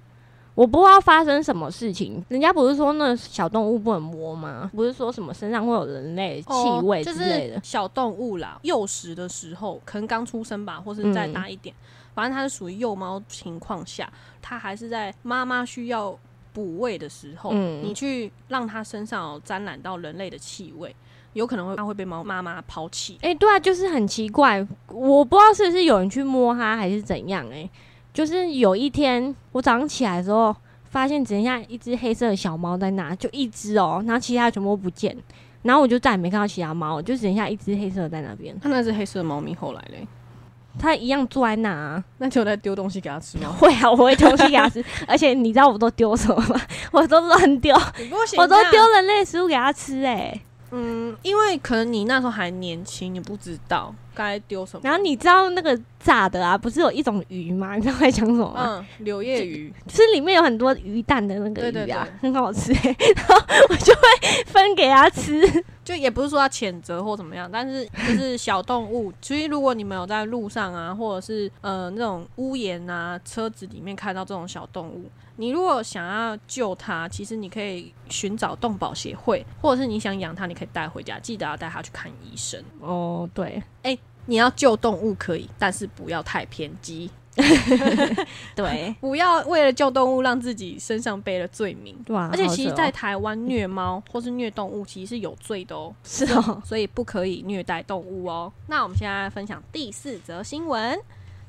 Speaker 2: 我不知道发生什么事情，人家不是说那小动物不能摸吗？不是说什么身上会有人类气味
Speaker 1: 哦就
Speaker 2: 之类的
Speaker 1: 是？小动物啦，幼时的时候，可能刚出生吧，或是再大一点，反正它是属于幼猫情况下，它还是在妈妈需要补喂的时候，
Speaker 2: 嗯
Speaker 1: 你去让它身上有沾染到人类的气味，有可能会它会被猫妈妈抛弃。
Speaker 2: 哎、对啊，就是很奇怪，我不知道是不是有人去摸它还是怎样、哎，就是有一天我早上起来的时候，发现只剩下一只黑色的小猫在那，就一只哦，然后其他全部都不见，然后我就再也没看到其他猫，就只剩下一只黑色的在那边，
Speaker 1: 它那只黑色的猫咪后来嘞，
Speaker 2: 它一样坐在那、啊。
Speaker 1: 那就在丢东西给它吃吗？
Speaker 2: 会啊，我会东西给它吃，而且你知道我都丢什么吗？ 我都乱丢，
Speaker 1: 你 不行
Speaker 2: 我都
Speaker 1: 这样
Speaker 2: 丢人类食物给它吃、哎。
Speaker 1: 嗯，因为可能你那时候还年轻，你不知道该丢什么。
Speaker 2: 然后你知道那个炸的啊，不是有一种鱼吗？你知道我在讲什么吗？
Speaker 1: 嗯，柳叶鱼，
Speaker 2: 就是里面有很多鱼蛋的那个鱼啊，
Speaker 1: 对对对
Speaker 2: 很好吃、 欸，然后我就会分给他吃。
Speaker 1: 就也不是说要谴责或怎么样，但是就是小动物。其实如果你们有在路上啊，或者是呃那种屋檐啊、车子里面看到这种小动物，你如果想要救它，其实你可以寻找动保协会，或者是你想养它，你可以带回家，记得要带它去看医生。
Speaker 2: 哦，对
Speaker 1: 你要救动物可以，但是不要太偏激，
Speaker 2: 对
Speaker 1: 不要为了救动物让自己身上背了罪名。
Speaker 2: 对啊，
Speaker 1: 而且其
Speaker 2: 好
Speaker 1: 实，
Speaker 2: 扯哦
Speaker 1: 在台湾虐猫 或是虐动物其实是有罪的哦，
Speaker 2: 是 哦，
Speaker 1: 所以不可以虐待动物哦。那我们现在分享第四则新闻：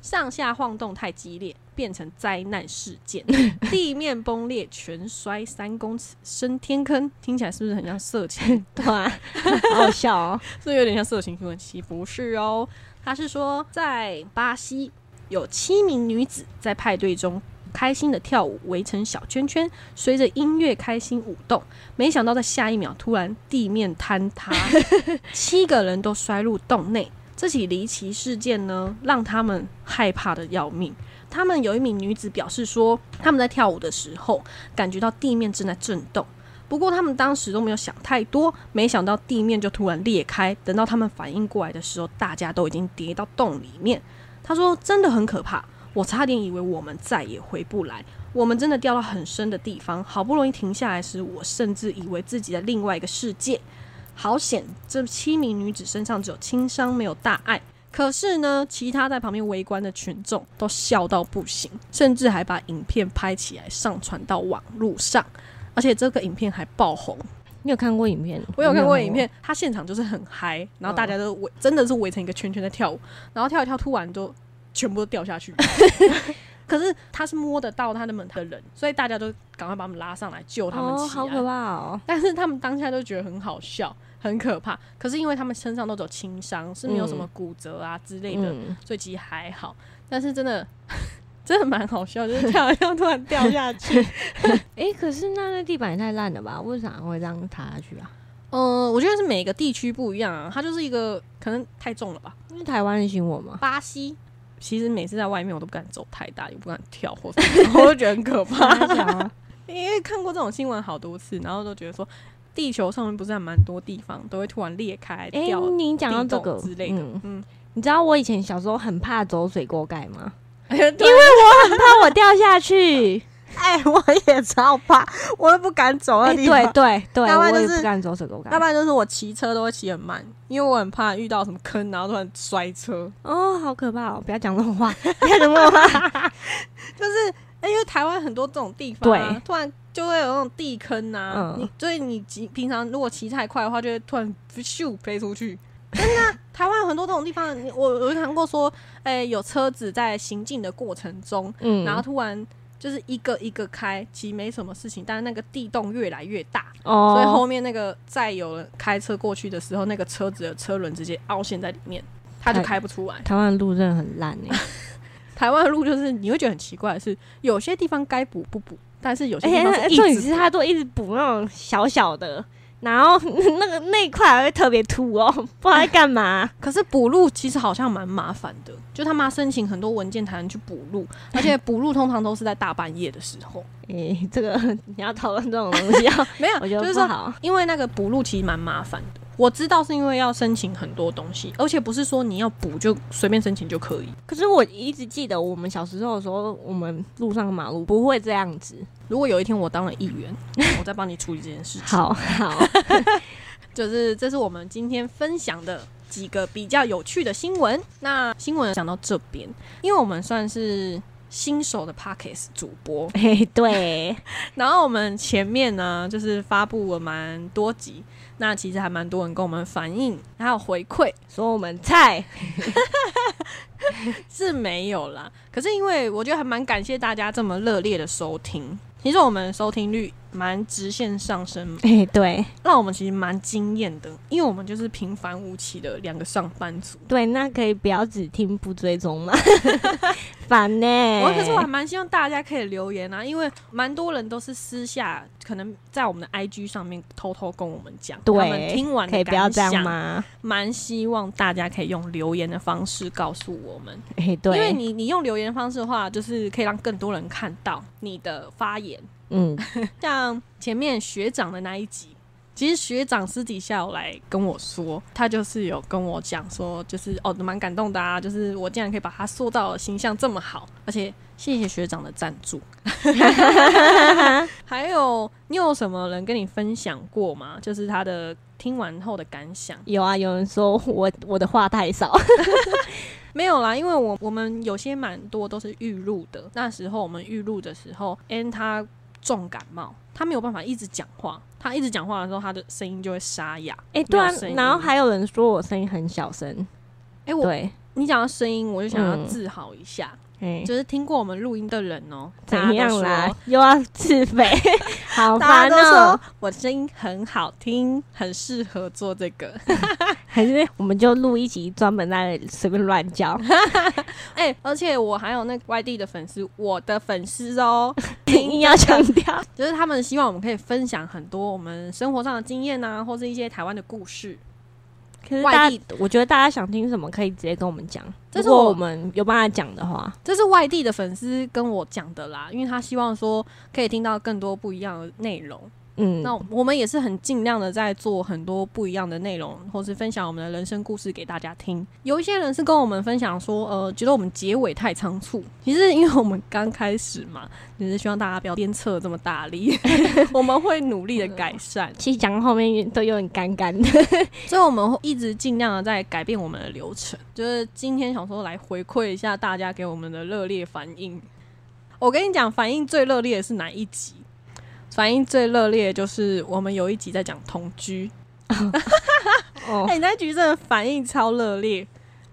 Speaker 1: 上下晃动太激烈，变成灾难事 件，地面崩裂，全摔三公尺，升天坑。听起来是不是很像色情？
Speaker 2: 对啊，好好笑哦。
Speaker 1: 是有点像色情新闻，其实不是哦。他是说，在巴西有七名女子在派对中开心的跳舞，围成小圈圈，随着音乐开心舞动。没想到在下一秒，突然地面坍塌，七个人都摔入洞内。这起离奇事件呢，让他们害怕的要命。他们有一名女子表示说，他们在跳舞的时候感觉到地面正在震动，不过他们当时都没有想太多，没想到地面就突然裂开。等到他们反应过来的时候，大家都已经跌到洞里面。他说：“真的很可怕，我差点以为我们再也回不来。我们真的掉到很深的地方，好不容易停下来时，我甚至以为自己在另外一个世界。好险，这七名女子身上只有轻伤，没有大碍。可是呢，其他在旁边围观的群众都笑到不行，甚至还把影片拍起来上传到网络上，而且这个影片还爆红。
Speaker 2: 你有看过影片？
Speaker 1: 我有看过影片，他现场就是很嗨，然后大家都围，真的是围成一个圈圈在跳舞，然后跳一跳，突然就全部都掉下 去。可是他是摸得到他的门的人，所以大家都赶快把他们拉上来救他们
Speaker 2: 哦，
Speaker 1: 起来。
Speaker 2: 好可怕哦！
Speaker 1: 但是他们当下就觉得很好笑，很可怕。可是因为他们身上都有轻伤，是没有什么骨折啊之类的，
Speaker 2: 嗯，
Speaker 1: 所以其实还好。但是真的 真的蛮好笑，就是跳一跳突然掉下去。
Speaker 2: 哎、可是那那地板也太烂了吧？为啥会让塌下去啊？
Speaker 1: 嗯、我觉得是每个地区不一样啊，它就是一个可能太重了吧。
Speaker 2: 因为台湾的新闻 嘛。
Speaker 1: 巴西。其实每次在外面我都不敢走太大，也不敢跳或什么，我都觉得很可 怕。因为看过这种新闻好多次，然后都觉得说，地球上面不是还蛮多地方都会突然裂开
Speaker 2: 哎、
Speaker 1: 掉。
Speaker 2: 你讲到这
Speaker 1: 地
Speaker 2: 个
Speaker 1: 洞之类的
Speaker 2: 嗯
Speaker 1: 嗯，
Speaker 2: 你知道我以前小时候很怕走水锅盖吗？
Speaker 1: 因为
Speaker 2: 很怕我掉下去。
Speaker 3: 哎、我也超怕，我都不敢走那
Speaker 2: 哎、
Speaker 3: 地方。
Speaker 2: 对对对，
Speaker 3: 要不然
Speaker 2: 我
Speaker 3: 就
Speaker 2: 也
Speaker 3: 是
Speaker 2: 不敢走水沟盖
Speaker 1: 要。不然就是我骑车都会骑很慢，因为我很怕遇到什么坑，然后突然摔车。
Speaker 2: 哦，好可怕哦！不要讲这种话， 不要讲这种话。
Speaker 1: 就是哎因为台湾很多这种地方、啊，
Speaker 2: 对
Speaker 1: 突然就会有那种地坑啊。
Speaker 2: 嗯
Speaker 1: 你所以你骑平常如果骑太快的话，就会突然咻飞出去。真的啊、台湾有很多这种地方，你我我有看过说，哎、有车子在行进的过程中，
Speaker 2: 嗯，
Speaker 1: 然后突然就是一个一个开，其实没什么事情，但是那个地洞越来越大，
Speaker 2: 哦，
Speaker 1: 所以后面那个再有人开车过去的时候，那个车子的车轮直接凹陷在里面，它就
Speaker 2: 太
Speaker 1: 开不出来。
Speaker 2: 台湾的路真的很烂哎、
Speaker 1: 台湾的路就是你会觉得很奇怪的是，有些地方该补不补，但是有些
Speaker 2: 而且
Speaker 1: 地方是
Speaker 2: 那
Speaker 1: 一
Speaker 2: 哎重点
Speaker 1: 直
Speaker 2: 是他都一直补那种小小的，然后 那个那一块还会特别凸哦，不知道在干 嘛。
Speaker 1: 可是补路其实好像蛮麻烦的，就他妈申请很多文件才能去补 路，而且补路通常都是在大半夜的时候，
Speaker 2: 诶、哎这个你要讨论这种东西啊，
Speaker 1: 没有，
Speaker 2: 我觉
Speaker 1: 就
Speaker 2: 得
Speaker 1: 是
Speaker 2: 不
Speaker 1: 说
Speaker 2: 好。
Speaker 1: 因为那个补录其实蛮麻烦的。我知道是因为要申请很多东西，而且不是说你要补就随便申请就可以。
Speaker 2: 可是我一直记得我们小时候的时候，我们路上的马路不会这样子。
Speaker 1: 如果有一天我当了议 员，我再帮你处理这件事情。，
Speaker 2: 好 好，
Speaker 1: 就是这是我们今天分享的几个比较有趣的新闻。那新闻讲到这边，因为我们算是新手的 Pockets 主播，
Speaker 2: 嘿、哎 对，
Speaker 1: 然后我们前面呢，就是发布了蛮多集，那其实还蛮多人跟我们反映，还有回馈
Speaker 2: 说我们菜，
Speaker 1: 是没有啦。可是因为我觉得还蛮感谢大家这么热烈的收听，其实我们收听率蛮直线上升，
Speaker 2: 哎、对
Speaker 1: 让我们其实蛮惊艳的，因为我们就是平凡无奇的两个上班族。
Speaker 2: 对，那可以不要只听不追踪吗？ 烦呢、
Speaker 1: 我可是
Speaker 2: 嗯
Speaker 1: 我还蛮希望大家可以留言啊，因为蛮多人都是私下可能在我们的 IG 上面偷偷跟我们讲，
Speaker 2: 对
Speaker 1: 他们听完
Speaker 2: 可以
Speaker 1: 的
Speaker 2: 不要
Speaker 1: 感
Speaker 2: 这样
Speaker 1: 想，
Speaker 2: 吗？
Speaker 1: 蛮希望大家可以用留言的方式告诉我们，
Speaker 2: 哎、
Speaker 1: 因
Speaker 2: 对，
Speaker 1: 为你你用留言的方式的话，就是可以让更多人看到你的发言。
Speaker 2: 嗯，
Speaker 1: 像前面学长的那一集，其实学长私底下有来跟我说，他就是有跟我讲说，就是哦，蛮感动的啊，就是我竟然可以把他塑造的形象这么好，而且谢谢学长的赞助。 还有，你有什么人跟你分享过吗？就是他的听完后的感想？
Speaker 2: 有啊，有人说我我的话太少，
Speaker 1: 没有啦，因为我我们有些蛮多都是预录的。那时候我们预录的时候，N 他重感冒，他没有办法一直讲话，他一直讲话的时候，他的声音就会沙哑。
Speaker 2: 哎、对啊
Speaker 1: 没有声，音
Speaker 2: 然后还有人说我声音很小声，
Speaker 1: 哎、我
Speaker 2: 对，
Speaker 1: 你讲到声音，我就想要
Speaker 2: 嗯
Speaker 1: 自豪一下，
Speaker 2: 哎、
Speaker 1: 就是听过我们录音的人哦、
Speaker 2: 怎
Speaker 1: 大家都
Speaker 2: 样
Speaker 1: 说
Speaker 2: 啦？又要自 肥，好
Speaker 1: 大家
Speaker 2: 烦
Speaker 1: 都
Speaker 2: 哦、
Speaker 1: 说我声音很好听，很适合做这个。
Speaker 2: 还是我们就录一集专门在随便乱 叫，
Speaker 1: 哎、而且我还有那个外地的粉丝，我的粉丝 哦、
Speaker 2: 硬要强调。
Speaker 1: 就是他们希望我们可以分享很多我们生活上的经验啊，或是一些台湾的故事。
Speaker 2: 可是
Speaker 1: 外
Speaker 2: 大家
Speaker 1: 地，
Speaker 2: 我觉得大家想听什么可以直接跟我们讲，
Speaker 1: 这是
Speaker 2: 如果
Speaker 1: 我
Speaker 2: 我们有办法讲的话，
Speaker 1: 这是外地的粉丝跟我讲的啦，因为他希望说可以听到更多不一样的内容。
Speaker 2: 嗯，
Speaker 1: 那我们也是很尽量的在做很多不一样的内容，或是分享我们的人生故事给大家听。有一些人是跟我们分享说，呃，觉得我们结尾太仓促。其实因为我们刚开始嘛，就是希望大家不要鞭策这么大力，我们会努力的改善，
Speaker 2: 其实讲到后面都有点干干 的。
Speaker 1: 所以我们会一直尽量的在改变我们的流程。就是今天想说来回馈一下大家给我们的热烈反应。我跟你讲，反应最热烈的是哪一集？反应最热烈的就是我们有一集在讲同居，
Speaker 2: 哦
Speaker 1: 哎、、那局真的反应超热烈。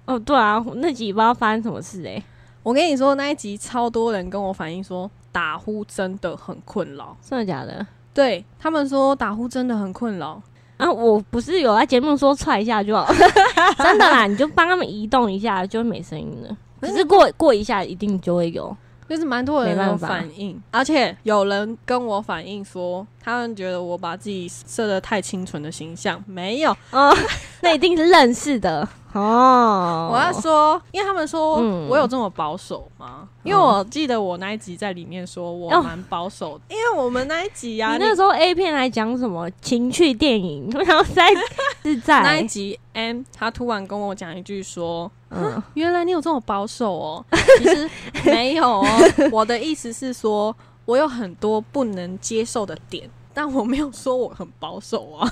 Speaker 2: 哦，对啊，那集不知道发生什么事哎、
Speaker 1: 我跟你说，那一集超多人跟我反映说，打呼真的很困扰。
Speaker 2: 真的假的？
Speaker 1: 对他们说，打呼真的很困扰。
Speaker 2: 啊，我不是有在节目说踹一下 就好，真的啦，你就帮他们移动一下，就会没声音了。只是过过一下，一定就会有。
Speaker 1: 就是蛮多人
Speaker 2: 没
Speaker 1: 有
Speaker 2: 办法
Speaker 1: 反应，而且有人跟我反映说，他们觉得我把自己设的太清纯的形象没有。
Speaker 2: 哦，那一定是认识的哦。
Speaker 1: 我要说，因为他们说
Speaker 2: 嗯
Speaker 1: 我有这么保守吗？因为我记得我那一集在里面说我
Speaker 2: 哦
Speaker 1: 蛮保守的，因为我们那一集呀、
Speaker 2: 你
Speaker 1: 你
Speaker 2: 那时候 A 片来讲什么情趣电影，然后在是 在
Speaker 1: 那一集 M 他突然跟我讲一句说，
Speaker 2: 嗯。
Speaker 1: 原来你有这种保守 哦，其实没有哦。我的意思是说，我有很多不能接受的点，但我没有说我很保守 啊。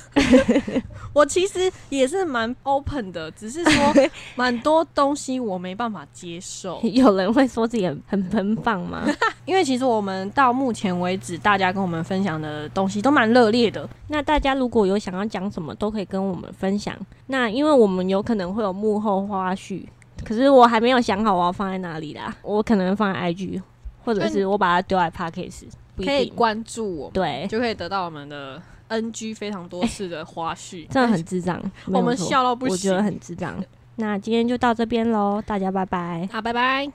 Speaker 1: 我其实也是蛮 open 的，只是 说蛮多东西我没办法接受
Speaker 2: 有人会说自己很很奔放吗？
Speaker 1: 因为其实我们到目前为止，大家跟我们分享的东西都蛮热烈的，
Speaker 2: 那大家如果有想要讲什么，都可以跟我们分享。那因为我们有可能会有幕后花絮，可是我还没有想好我要放在哪里啦。我可能放在 IG，或者是我把它丢在 Podcast，不一
Speaker 1: 可以
Speaker 2: 定。
Speaker 1: 关注我们，
Speaker 2: 对，
Speaker 1: 就可以得到我们的 NG 非常多次的花絮。
Speaker 2: 真的很智障。没
Speaker 1: 我
Speaker 2: 有
Speaker 1: 们
Speaker 2: 错
Speaker 1: 笑到不
Speaker 2: 我觉
Speaker 1: 行
Speaker 2: 得。很智障。那今天就到这边喽，大家拜
Speaker 1: 啊
Speaker 2: 拜。
Speaker 1: 好，拜拜。